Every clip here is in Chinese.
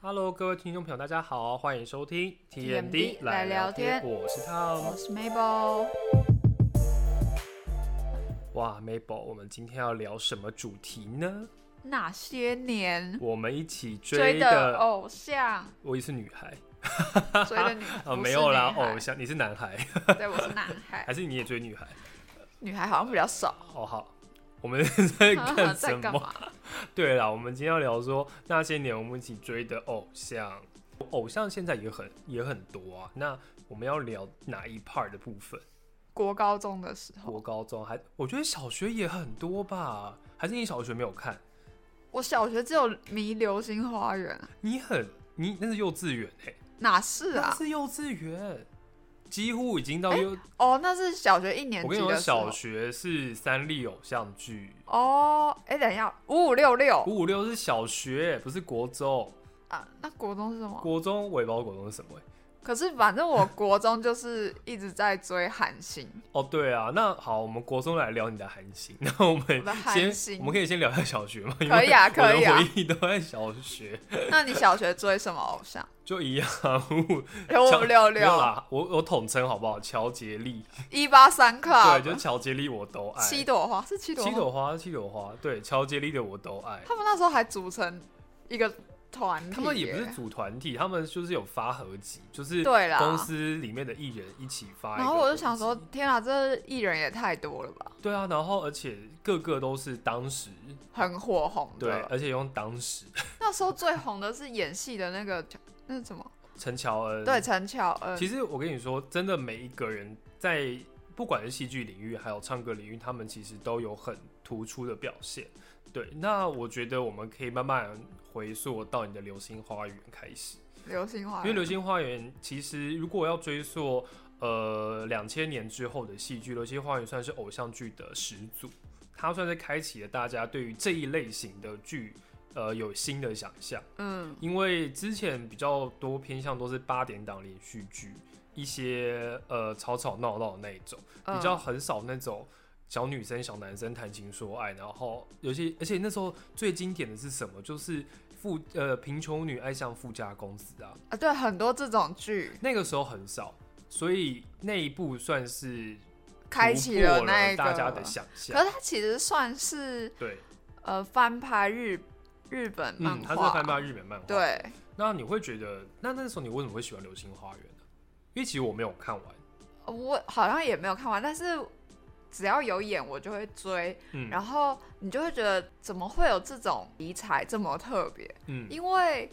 Hello，各位听众朋友，大家好，欢迎收听 TMD 来聊天我是我 Tom。是 Mabel。哇，Mabel，我们今天要聊什么主题呢？那些年我们一起追追的，的哦偶像，我也是女孩追的女，啊，没有啦，不是女孩偶，像，你是男孩， 对，我是男孩还，是你也追女孩？女孩好像比较少。哦， 好，我们在干什在干么？嘛？对啦，我们今天要聊说那些年我们一起追的偶像，偶像现在也很也很多啊。那我们要聊哪一 part 的部分？国高中的时候，国高中还，我觉得小学也很多吧，还是你小学没有看？我小学只有迷《流星花园》，啊你很你那是幼稚园哎、哪是那啊？是幼稚园，几乎已经到幼。哦，那是小学一年我跟级你说，的时候小。学是三立偶像剧，哦，哎，等一下，五五六六五五六是小学，不是国中。啊？那国中是什么？国中我也不知道国中是什么欸、可是反正我国中就是一直在追韩星，哦，对啊，那好，我们国中来聊你的韩星。 那我们的先韩，星我们可以先聊一下小学吗？因可以啊为我的可以啊回忆都在小学，那你小学追什么 偶像？就一样啊。五乔五六没有六、啦，我我统称好不好？乔杰利，一八三 club，对，就是乔杰利我都爱。七朵花哎是七朵花七朵花，七朵花，对，乔杰利的我都爱。他们那时候还组成一个团体耶，他们也不是组团体，他们就是有发合集，就是对啦公司里面的艺人一起发一个合集。然后我就想说，天啊，这艺人也太多了吧，对啊，然后而且个个都是当时，很火红对，的。而且用当时那时候最红的是演戏的那个，那是什么？陈乔恩，对，陈呃乔恩。呃其实我跟你说，真的每一个人在不管是戏剧领域还有唱歌领域，他们其实都有很突出的表现。对，那我觉得我们可以慢慢回溯到你的《流星花园》开始，流星花因园，为《流星花园》其实如果要追溯。呃，两千年之后的戏剧，《流星花园》算是偶像剧的始祖，它算是开启了大家对于这一类型的剧，呃，有新的想象。嗯，因为之前比较多偏向都是八点档连续剧，一些呃吵吵闹闹那一种，嗯比较很少那种小女生、小男生谈情说爱，然后有些而且那时候最经典的是什么？就是富呃贫穷女爱上富家公子啊，啊，对，很多这种剧那个时候很少，所以那一部算是开启了突破那一个大家的想象可。是它其实算是对，呃翻拍日日本漫嗯，它画，是翻拍日本漫画。，对，那你会觉得，那那时候你为什么会喜欢《流星花园》呢？因为其实我没有看完。我好像也没有看完，但是只要有演我就会追，嗯，然后你就会觉得怎么会有这种题材这么特别？嗯，因为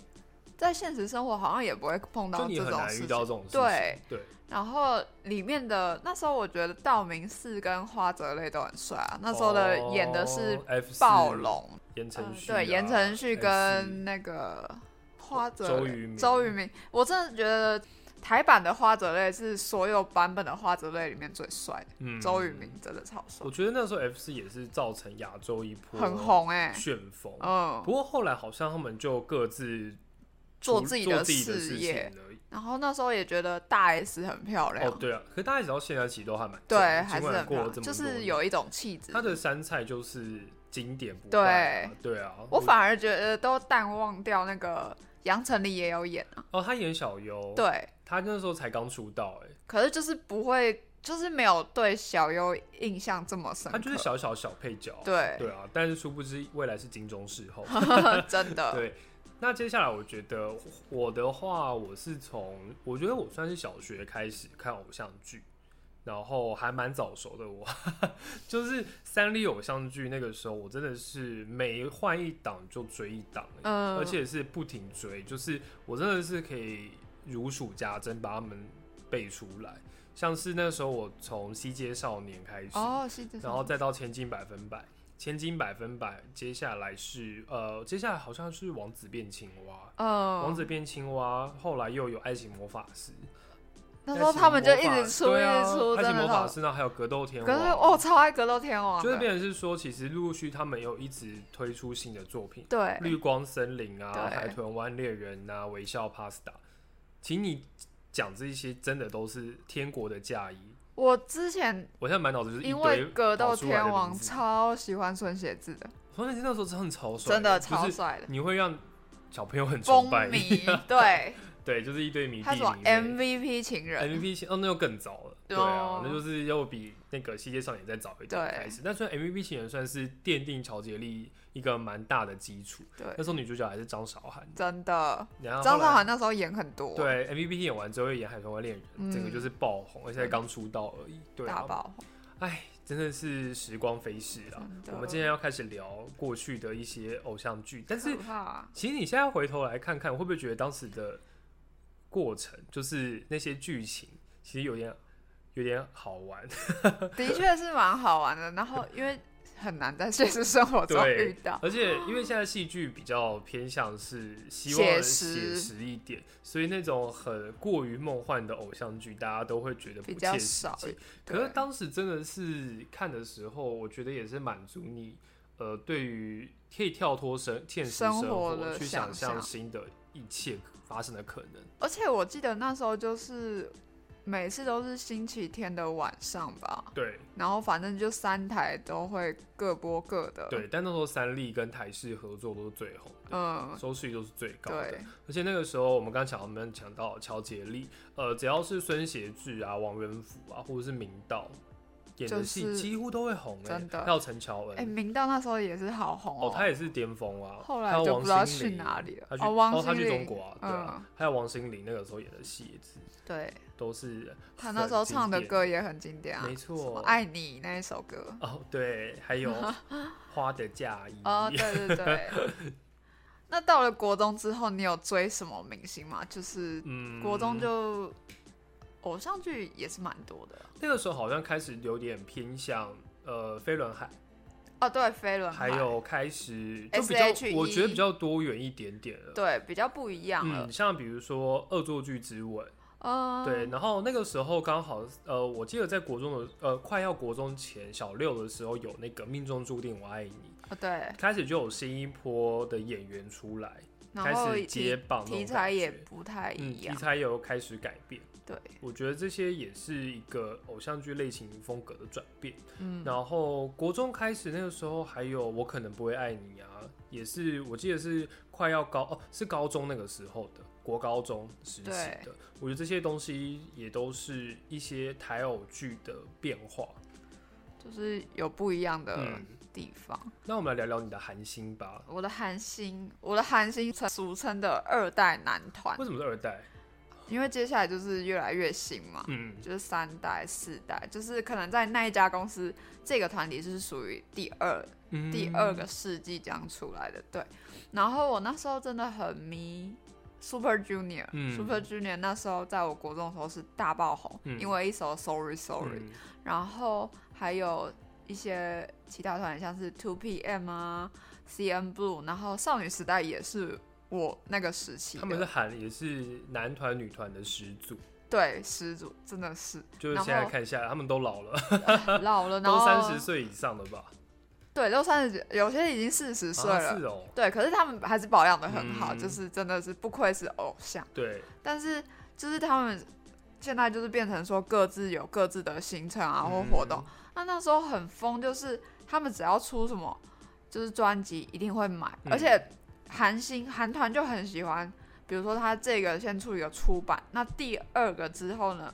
在现实生活好像也不会碰就到你这很种难事遇到这情。种事情。对对，然后里面的那时候，我觉得道明寺跟花泽类都很帅啊。那时候的演的是哦 F 四暴龙，言承嗯旭啊、对，言承旭 F 跟四那个花泽周类渝民周渝民，我真的觉得台版的花泽类是所有版本的花泽类里面最帅的。嗯周渝民。真的超帅我，觉得那时候 F 四也是造成亚洲一波很红哎、旋风，嗯不，过后来好像他们就各自做处自己做的自己的事事业情。而已。然后那时候也觉得大 S 很漂亮，哦，对啊，可大家直到现在其实都还蛮对正的尽还是管很过漂了亮，这么多就是年有一种气质。他的山菜就是经典不败啊、对啊，我反而觉得都淡忘掉那个杨丞琳也有演啊，哦他演小优，，对，他那时候才刚出道哎、可是就是不会，就是没有对小优印象这么深刻，他就是小小小配角啊、对对啊，但是殊不知未来是金钟视 后。真的，对，那接下来我觉得我的话，我是从我觉得我算是小学开始看偶像剧，然后还蛮早熟的我， 就是三立偶像剧那个时候，我真的是每换一档就追一档、欸，嗯而且是不停追，就是我真的是可以如数家珍把它们背出来。像是那时候我从《西街少年》开始，哦，是的，然后再到千金百分百，千金百分百，接下来是呃，接下来好像是王子变青蛙，王嗯，子变青蛙，后来又有爱情魔法师，那时候他们就一直出，对啊一直出，爱真情魔的法超，师呢，还有格斗天可是王，我超爱格斗哦天王就是的，变成是说，其实陆续他们有一直推出新的作品，对，绿光森林啊，对海豚湾猎人啊，微笑 Pasta，请你讲这一些真的都是天国的嫁衣。我之前我现在满脑子就是一因为堆格斗跑出来的天王名字超喜欢孙协志的，黄圣依那时候真的很超帅，欸真的就是超帅的。你会让小朋友很风崇拜你，靡，对， 对，就是一堆迷弟他是什么迷妹 MVP 情人， MVP 哦，那又更早了，对啊，哦那就是要比那个《西街少年》再早一点对开始。但虽然 MVP 情人算是奠定乔杰利一个蛮大的基础，对那，时候女主角还是张韶涵，真的，然后张韶后来涵那时候演很多，，对 MVP 演完之后又演《海豚湾恋人》嗯整个就是爆红，而且才刚出道而已，对大啊，爆哎，真的是时光飞逝啊。红，我们今天要开始聊过去的一些偶像剧，但是可怕，啊其实你现在回头来看看，会不会觉得当时的过程，就是那些剧情，其实有点有点好玩？的确是蛮好玩的。然后因为很难在现实生活中对遇到，而且因为现在戏剧比较偏向是希写望写实实一点，所以那种很过于梦幻的偶像剧，大家都会觉得不比较切实少际。对可是当时真的是看的时候，我觉得也是满足你，呃，对于可以跳脱生现实生生活活的去想想象象新的一切发生的可能。而且我记得那时候就是每次都是星期天的晚上吧，对，然后反正就三台都会各播各的，，对，但那时候三立跟台视合作都是最红的，嗯，收视率都是最高的。对，而且那个时候，我们刚刚讲到我们讲到乔杰利，呃，只要是孙协志啊、王仁甫啊，或者是明道演的就戏，是几乎都会红诶、真的还有陈乔哎，恩，明道那时候也是好红哦，他也是巅峰啊。后来还有就王不知道心去凌哪里了他去哦王他心去中凌嗯国啊，对啊。还有王心凌那个时候演的戏也是对都是他那时候很经唱的典，歌也很经典啊，没什么错《爱你》那一首歌，哦，对，还 有《花的嫁衣》哦，对对对。 那到了国中之后，你有追什么明星吗？就是嗯，国中就偶像剧也是蛮多的那个时候好像开始有点偏向呃飞轮海，哦，对，飞轮还海有开始就比较 SHE 我觉得比较多元一点点了。对啊比较不一样了嗯，，像比如说《恶作剧之吻》，嗯，对，，然后那个时候刚好，呃，我记得在国中的，呃，快要国中前小六的时候，有那个《命中注定我爱你哦对》，，开始就有新一波的演员出来，然后开始题接棒那种题材也感觉不太嗯，一题样，材也有开始改变。对，我觉得这些也是一个偶像剧类型风格的转变。嗯，然后国中开始那个时候，还有我可能不会爱你啊，也是我记得是快要高哦，是高中那个时候的国高中时期的。我觉得这些东西也都是一些台偶剧的变化。就是有不一样的嗯地方。那我们来聊聊你的韩星吧。我的韩星，我的韩星称俗称的二代男团，为什么是二代？因为接下来就是越来越新嘛，嗯，就是三代、四代，就是可能在那一家公司，这个团体是属于第二、嗯第二个世纪这样出来的。对，然后我那时候真的很迷 Super Junior、嗯 Super Junior 那时候在我国中的时候是大爆红，嗯因为一首 Sorry Sorry，、嗯然后还有一些其他团体，像是 Two PM 啊、CN Blue，然后少女时代也是我那个时期他们是的，韩，也是男团女团的始祖。对，始祖真的是就是然现后在看一下来，他们都老了，老了，然都后三十岁以上了 吧？对，都三十，有些已经四十岁了。啊是哦，对，可是他们还是保养的很好，嗯就是真的是不愧是偶像。对，但是就是他们现在就是变成说各自有各自的行程啊或活嗯动。那那时候很疯，就是他们只要出什么就是专辑一定会买，嗯而且韩星韩团就很喜欢，比如说他这个先出一个出版，那第二个之后呢，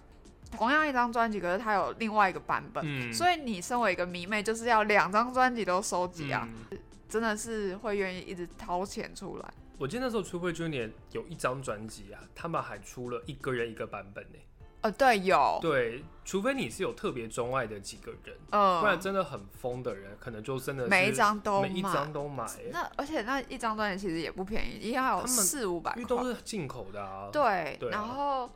同样一张专辑，可是它有另外一个版本。嗯，所以你身为一个迷妹，就是要两张专辑都收集啊，嗯真的是会愿意一直掏钱出来。我记得那时候 Super Junior 有一张专辑啊，他们还出了一个人一个版本呢、哦，对，有，对，除非你是有特别钟爱的几个人，嗯，不然真的很疯的人，可能就真的是每一张都每一买。张都买欸、那而且那一张专辑其实也不便宜，应该有他们四五百欸因为块都。是进口的啊。，对，对啊然后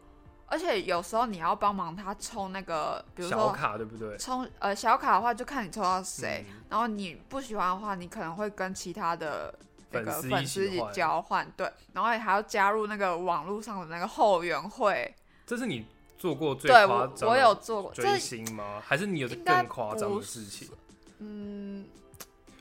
而且有时候你要帮忙他充那个，比如小说卡对不对？充呃小卡的话，就看你抽到谁。嗯然后你不喜欢的话，你可能会跟其他的那个粉丝一粉起丝一起换交换，对，然后你还要加入那个网络上的那个后援会，这是你做过最对夸我张我有的做过，这追星吗？还是你有应该更夸张不的事情？嗯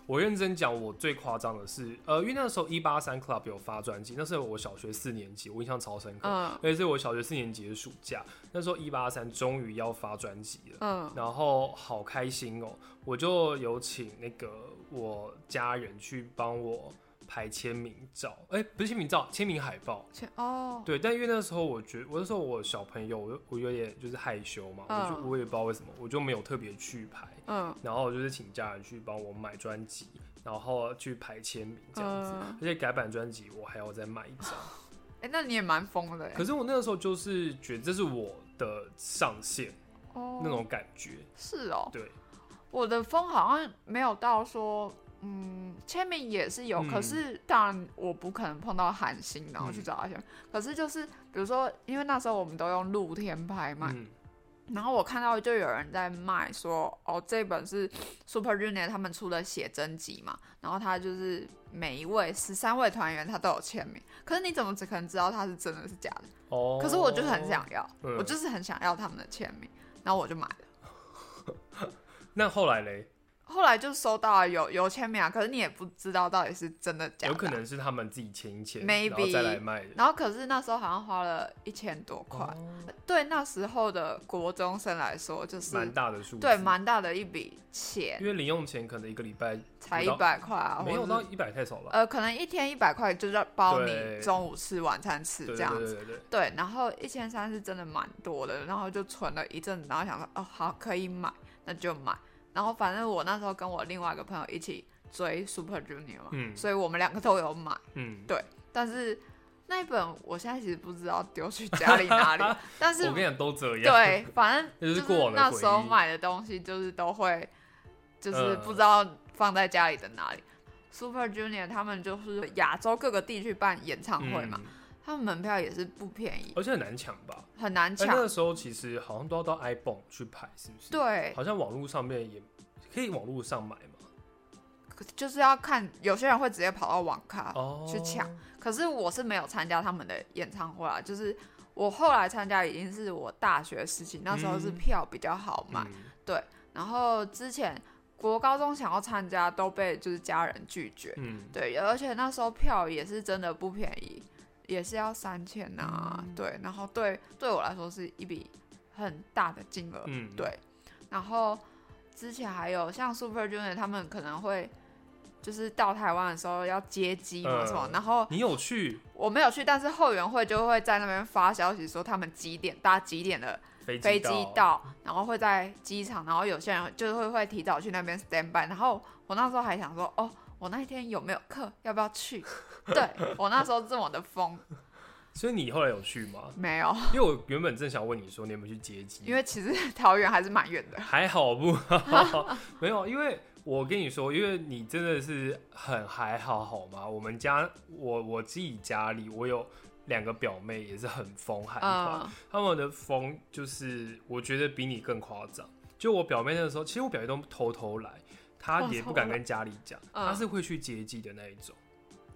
我认真讲，我最夸张的是，呃，因为那时候一八三 Club 有发专辑，那是我小学四年级，我印象超深刻。嗯那是我小学四年级的暑假，那时候一八三终于要发专辑了，嗯然后好开心哦、我就有请那个我家人去帮我拍签名照，哎、不是签名照，签名海报。前哦，对，但因为那时候我觉我那时候我小朋友，我我有点就是害羞嘛，我就嗯我也不知道为什么，我就没有特别去拍，嗯然后我就是请家人去帮我买专辑，然后去排签名这样子，嗯，而且改版专辑我还要再买一张。哎、那你也蛮疯的哎、可是我那个时候就是觉得这是我的上限哦，那种感觉，是哦，对，我的风好像没有到说，嗯，签名也是有，嗯可是当然我不可能碰到韩星，然后去嗯找他签名。可是就是比如说，因为那时候我们都用露天拍卖，嗯然后我看到就有人在卖说，哦，这本是 Super Junior 他们出的写真集嘛，然后他就是每一位十三位团员他都有签名，可是你怎么只可能知道他是真的是假的？哦，可是我就是很想要，嗯我就是很想要他们的签名，然后我就买了。那后来嘞，后来就收到了有有签名啊，可是你也不知道到底是真的假的啊，有可能是他们自己签一签 Maybe 然后再来卖的。然后可是那时候好像花了一千多块，哦对那时候的国中生来说，就是蛮大的数字，对蛮大的一笔因钱，为零用钱可能一个礼拜才不一到百块啊，没有或到者一百太少了吧，呃，可能一天一百块就是包对你中午吃晚餐吃对这对样对子。对对，对，然后一千三是真的蛮多的，然后就存了一阵子，然后想说哦好可以买，那就买。然后反正我那时候跟我另外一个朋友一起追 Super Junior 嘛，嗯所以我们两个都有买。嗯，但是那一本我现在其实不知道丢去家里 哪里，但是我跟你讲都这样，，对，反那正 就是是过往的那回忆时候买的东西就是都会，就是嗯不知道放在家里的哪里。Super Junior 他们就是亚洲各个地区办演唱啊会嘛，，他们门票也是不便宜，嗯而且很难抢吧？很难呃哎，那抢。个时候其实好像都要到 iPhone 去排，是不是？，对，好像网络上面也可以网络上买嘛，可就是要看有些人会直接跑到网咖，哦，啊去抢，可是我是没有参加他们的演唱会啊，就是我后来参加已经是我大学时期，那时候是嗯票比较好买，嗯然后之前国高中想要参加都被就是家人拒绝，嗯，对，而且那时候票也是真的不便宜，也是要三千呐、嗯对，然后对对我来说是一笔很大的金额，嗯对，然后之前还有像 Super Junior 他们可能会。就是到台湾的时候要接机嘛嗯什么，然后你有去我没有去，但是后援会就会在那边发消息说他们几点搭几点的飞飞机机到，然后会在机场，然后有些人就会会提早去那边 stand by。然后我那时候还想说，哦，我那一天有没有课，要不要 去？对我那时候这么的疯，所以你后来有去 吗？没有，因为我原本正想问你说你有没有去接机，因为其实桃园还是蛮远的。还好 不没有，因为我跟你说，因为你真的是很还好，好吗？我们家我我自己家里，我有两个表妹也是很疯韩团，嗯他们的疯就是我觉得比你更夸张。就我表妹那个时候，其实我表妹都偷偷来，她哦也不敢跟家里讲，嗯她是会去接机的那一种。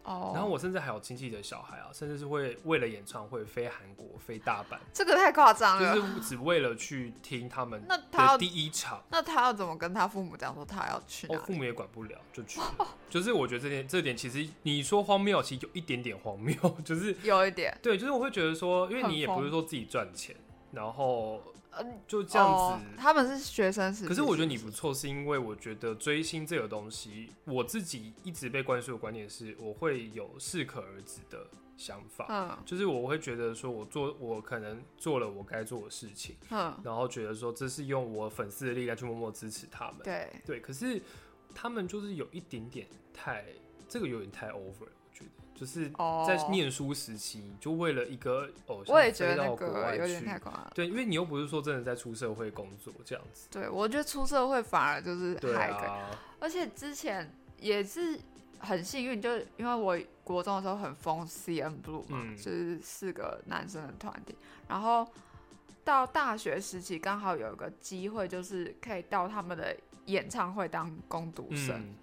哦，然后我甚至还有亲戚的小孩啊，甚至是会为了演唱会飞韩国、飞大阪，这个太夸张了。就是只为了去听他们嗯那他的要第一场。那他要怎么跟他父母讲说他要去哪哦，里？父母也管不了，就去了。就是我觉得这点，这点其实你说荒谬，其实有一点点荒谬。 就是有一点，对，就是我会觉得说，因为你也很疯不是说自己赚钱，然后嗯，就这样哦子。他们是学生时期，可是我觉得你是不错，是因为我觉得追星这个东西，我自己一直被灌输的观念是，我会有适可而止的想是法，嗯就是我会觉得说我做我可能做了我该做的事情，嗯，然后觉得说这是用我粉丝的力量去默默支持他们。对，对，可是他们就是有一点点太，这个有点太 over 了，我觉得，就是哦，在念书时期，就为了一个偶像我也觉得飞到那国个外有点去太，夸张。对，因为你又不是说真的在出社会工作这样子，对，我觉得出社会反而就是对还可以，啊，而且之前也是很幸运，就是因为我国中的时候很疯 CN Blue 嘛，嗯就是四个男生的团体，然后到大学时期刚好有一个机会，就是可以到他们的演唱会当攻读生，嗯，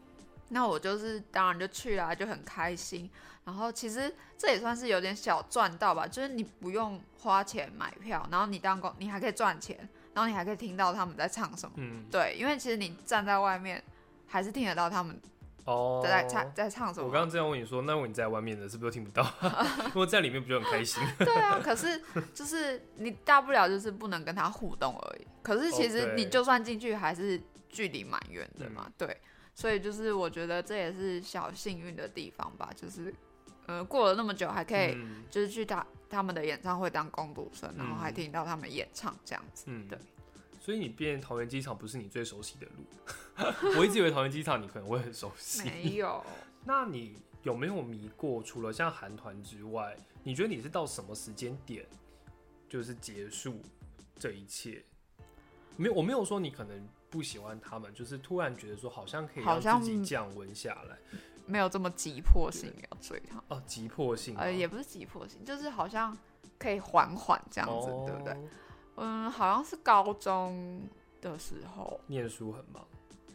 那我就是当然就去啦，就很开心。然后其实这也算是有点小赚到吧，就是你不用花钱买票，然后你当工，你还可以赚钱，然后你还可以听到他们在唱什么。嗯，对，因为其实你站在外面还是听得到他们哦，在在、在唱什我么。刚刚这样问你说，那我你在外面的是不是都听不到？ 如果在里面不就很开心？对啊，可是就是你大不了就是不能跟他互动而已。可是其哦实对嗯你就算进去还是距离蛮远的嘛，对。所以就是我觉得这也是小幸运的地方吧，就是呃过了那么久还可以嗯就是去他他们的演唱会当工读生，然后还嗯听到他们演唱这样子。嗯对。所以你变桃园机场不是你最熟悉的路， 我一直以为桃园机场你可能会很熟悉。没有，那你有没有迷过？除了像韩团之外，你觉得你是到什么时间点就是结束这一切？没有，我没有说你可能不喜欢他们，就是突然觉得说好像可以好让自己像降温下来。 没有这么急迫性要追他们，哦，急迫性吗、呃，也不是急迫性，就是好像可以缓缓这样子，对不对？哦？嗯，好像是高中的时候，念书很忙，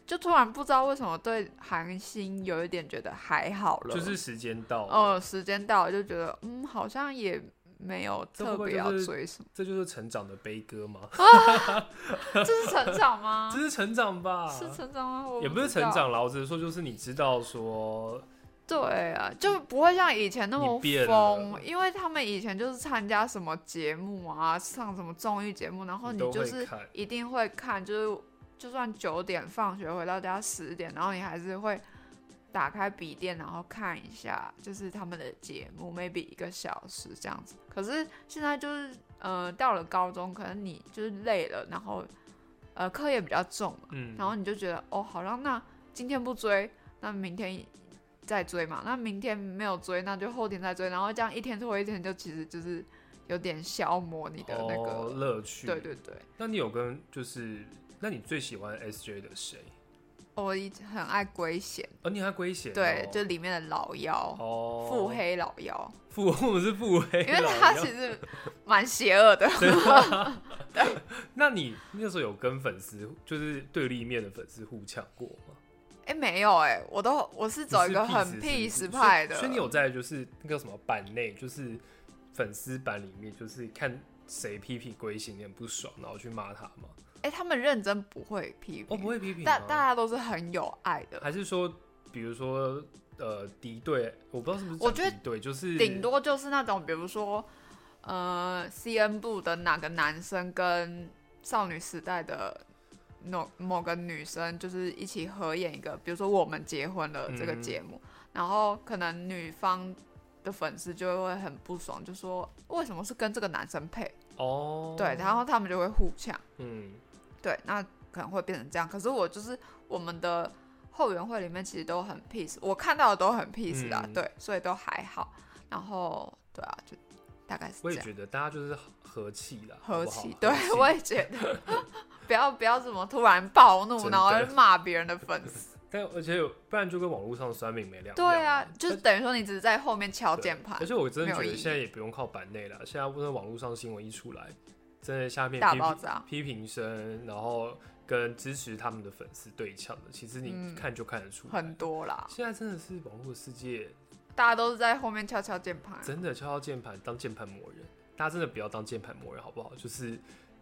就突然不知道为什么对韩星有一点觉得还好了，就是时间到了。呃，时间到了就觉得嗯，好像也没有这会特不会别要就是追什么， 这就是成长的悲歌吗？这是成 长吗这？是成长吧？啊是成长吗？我啊也不不是知成道，长啦，我只是说就是你知道说，对啊，就不会像以前那么你变了疯，因为他们以前就是参加什么节目啊，上什么综艺节目，然后你哦都你就会是看一定会看，就是就算九点放学回到家十点，然后你还是会打开笔电，然后看一下，就是他们的节目，maybe 一个小时这样子。可是现在就是，呃，到了高中，可能你就是累了，然后呃课业比较重嘛，嗯，然后你就觉得哦，好像那今天不追，那明天再追嘛，那明天没有追，那就后天再追，然后这样一天拖一天，就其实就是有点消磨你的那个。哦乐趣，对对对，那你有跟就是，那你最喜欢 SJ 的谁？我一直很爱龟贤，哦，你还龟贤哦、对，就里面的老妖，哦，腹黑老 妖，腹，我们是腹黑，因为他其实蛮邪恶的。那你那时候有跟粉丝，就是对立面的粉丝互呛过吗？哎、没有哎、我都我是走一个很屁 peace 派的，所以你有在就是那个什么版内，就是粉丝版里面，就是看谁批评龟贤你很不爽，然后去骂他吗？哎、他们认真不会批评，哦，不会批评吗，大大家都是很有爱的，还是说，比如说，呃，敌对，我不知道是不是我讲觉得敌对，就是顶多就是那种比如说，呃，C N 部的哪个男生跟少女时代的。某某个女生就是一起合演一个，比如说我们结婚了这个嗯节目，然后可能女方的粉丝就会很不爽，就说为什么是跟这个男生配？哦，对，然后他们就会互呛，嗯，对，那可能会变成这样。可是我就是我们的后援会里面其实都很 peace，我看到的都很 peace 啦，嗯对，所以都还好。然后对啊，就大概是我这也样，觉得大家就是和气啦，和好不气好。对和气，我也觉得 不要不要怎么突然暴怒，真的然后骂别人的粉 丝。但而且有不然就跟网络上酸民没两样。对啊，就是而。等于说你只是在后面敲对键盘而，且我真的觉没有得意义现在也不用靠板内了，现在不是网络上新闻一出来，真的下面大批爆评炸。批评声，然后跟支持他们的粉丝对呛的，其实你嗯看就看得出来。很多啦，现在真的是网络世界大家都是在后面敲敲键盘。真的敲敲键盘当键盘魔人，大家真的不要当键盘魔人好不好？就是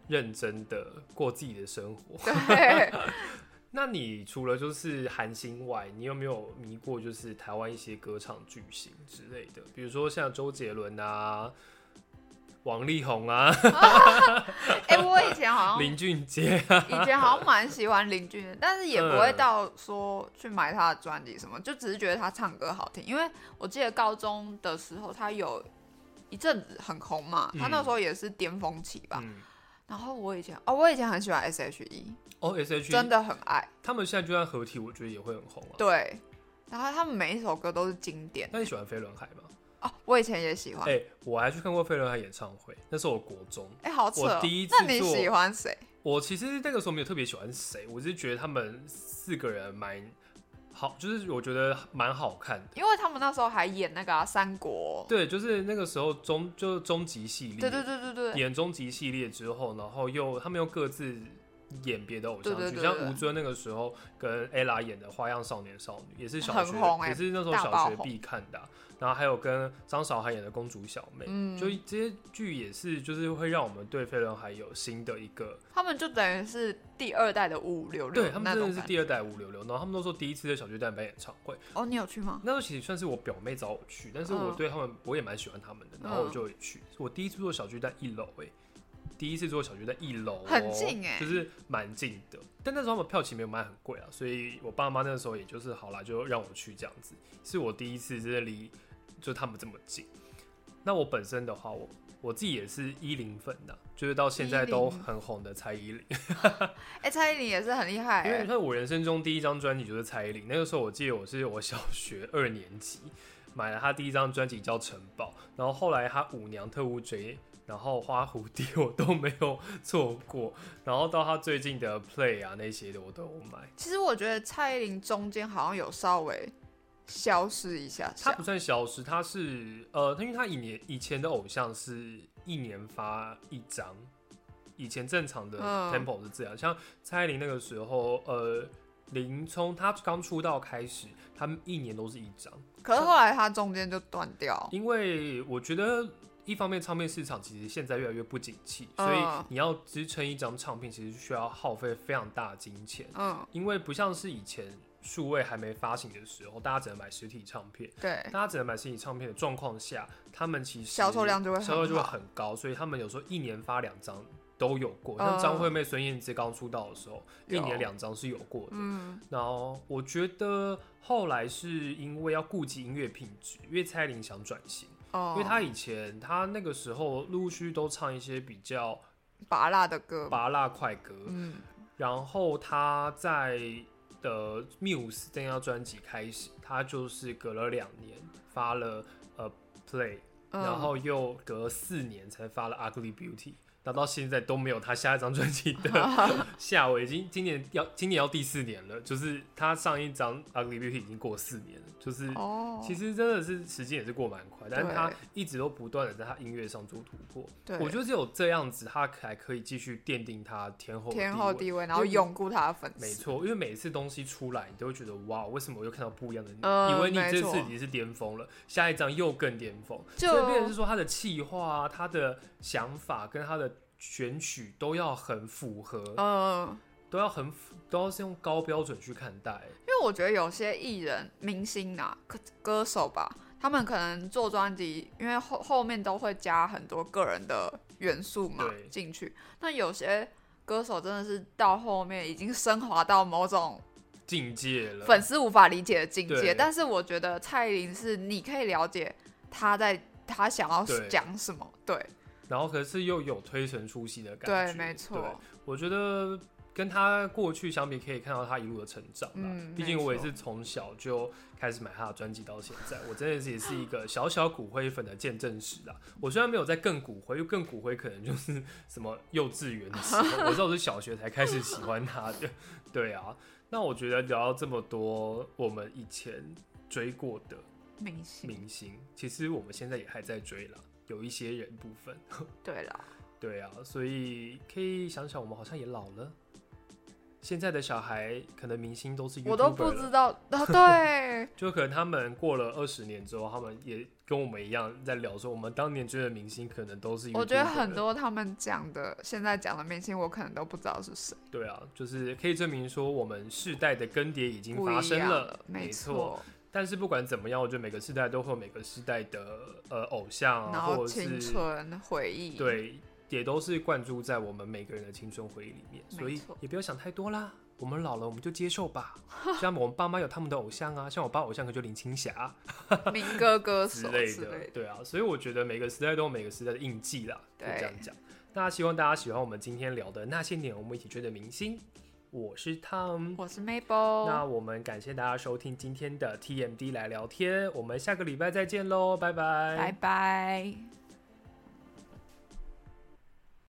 认真的过自己的生活。 对， 那你除了就是韩星外，你有没有迷过就是台湾一些歌唱巨星之类的？比如说像周杰伦啊、王力宏啊、哎、我以前 好像林俊杰啊，以前好像蛮喜欢林俊的，但是也不会嗯到说去买他的专辑什么，就只是觉得他唱歌好听。因为我记得高中的时候，他有一阵子很红嘛，嗯他那时候也是巅峰期吧。嗯，然后我以前哦，我以前很喜欢 S.H.E，哦，S.H.E 真的很爱。他们现在就算合体，我觉得也会很红啊。对，然后他们每一首歌都是经典那你喜欢飞轮海吗？哦，我以前也喜欢。哎、哎、我还去看过飞轮海演唱会，那时候我国中。好扯、我哦第一次那你做喜欢谁？我其实那个时候没有特别喜欢谁，我只是觉得他们四个人蛮好，就是我觉得蛮好看的。因为他们那时候还演那个、啊《三国》对，就是那个时候终就是终极系列，对。对对对对对，演终极系列之后，然后又他们又各自演别的偶像剧，对对对像吴尊那个时候跟 ella 演的《花样少年少女》也是小学，很红欸也是那时候大小爆学红必看的啊、然后还有跟张韶涵演的《公主小妹》，嗯，就这些剧也是，就是会让我们对飞轮海有新的一个他们就等于是第二代的五五六六，对他们那真种的是感觉第二代五六六，然后他们都说第一次的小巨蛋办演唱会，哦，你有去吗？那时候其实算是我表妹找我去，但是我嗯对他们我也蛮喜欢他们的，然后我嗯就也去。我第一次做小巨蛋一楼、欸，第一次做小巨蛋一楼、哦，很近欸就是蛮近的。但那时候他们票其实没有卖很贵啊，所以我爸妈那时候也就是好啦，就让我去这样子。是我第一次真的离就他们这么近。那我本身的话，我我自己也是一零粉呐、就是到现在都10很红的蔡依林。哎、蔡依林也是很厉害、因为欸你，看我人生中第一张专辑就是蔡依林，那个时候我记得我是我小学二年级买了她第一张专辑叫《城堡》，然后后来她《舞娘特务追》，然后《花蝴蝶》 我都没有错过，然后到她最近的《Play》啊那些的我都有买。其实我觉得蔡依林中间好像有稍微消失一下她下不，算消失，她是呃，因为她以年以前的偶像是一年发一张，以前正常的嗯 tempo 是这样，像蔡依林那个时候，呃，林冲她刚出道开始，她一年都是一张，可是后来她中间就断掉。因为我觉得。一方面，唱片市场其实现在越来越不景气，嗯所以你要支撑一张唱片，其实需要耗费非常大的金钱，嗯，因为不像是以前数位还没发行的时候，大家只能买实体唱片。对，大家只能买实体唱片的状况下，他们其实销售量就会很销售就会好很高，所以他们有时候一年发两张都有过。嗯像张惠妹、孙燕姿刚出道的时候，一有年两张是有过的。嗯，然后我觉得后来是因为要顾及音乐品质，因为蔡依林想转型，哦，因为她以前她那个时候陆续都唱一些比较拔辣的歌，拔辣快歌，嗯，然后他在的 Muse 这张专辑开始，他就是隔了两年发了呃 Play，嗯然后又隔四年才发了 Ugly Beauty，那到现在都没有他下一张专辑 的下我已经今年要今年要第四年了，就是他上一张 Ugly Beauty 已经过四年了，就是。哦，其实真的是时间也是过蛮快，但是他对一直都不断的在他音乐上做突破。对，我觉得只有这样子，他才可以继续奠定他天后的天地后位地位，然后因为拥护她的粉没丝，错，因为每一次东西出来，你都会觉得哇，为什么我又看到不一样的你？嗯以为你没这错次已经是巅峰了，下一张又更巅峰，就所以变成是说他的气化、啊、他的想法跟他的选曲都要很符合，嗯，都要很符都要是用高标准去看待。因为我觉得有些艺人、明星啊、歌歌手吧，他们可能做专辑，因为后后面都会加很多个人的元素嘛对进去。那有些歌手真的是到后面已经升华到某种境界了，粉丝无法理解的境界。对但是我觉得蔡依林是你可以了解她在她想要对讲什么，对然后可是又有推陈出新的感对，觉。没对错，我觉得跟他过去相比，可以看到他一路的成长啦。嗯毕竟没错我也是从小就开始买他的专辑到现在，我真的是也是一个小小骨灰粉的见证史啦。我虽然没有在更骨灰，因为更骨灰可能就是 什么幼稚园的时候，我知道我是小学才开始喜欢他的。对啊，那我觉得聊到这么多我们以前追过的明星明星，其实我们现在也还在追啦，有一些人部分。对了，对啊，所以可以想想，我们好像也老了。现在的小孩可能明星都是 YouTuber 我都不了知道， 啊、对就可能他们过了二十年之后，他们也跟我们一样在聊说，我们当年追的明星可能都是 YouTuber 了。我觉得很多他们讲的，现在讲的明星，我可能都不知道是谁，对啊，就是可以证明说我们世代的更迭已经不发一生样了，没错。啊错。但是不管怎么样，我觉得每个世代都会有每个世代的呃偶像啊，然后或者青是春回忆，，对，也都是灌注在我们每个人的青春回忆里面，没所以错也不要想太多啦。我们老了，我们就接受吧。像我们爸妈有他们的偶像啊，像我爸偶像可就林青霞民歌歌之手类之的，类的。对啊。所以我觉得每个时代都有每个时代的印记啦，可以这样对讲。那希望大家喜欢我们今天聊的那些年我们一起追的明星。我是 Tom，我是那 Maple，我们感谢大家收听今天的 TMD 来聊天，我们下个礼拜再见喽，拜拜，拜拜。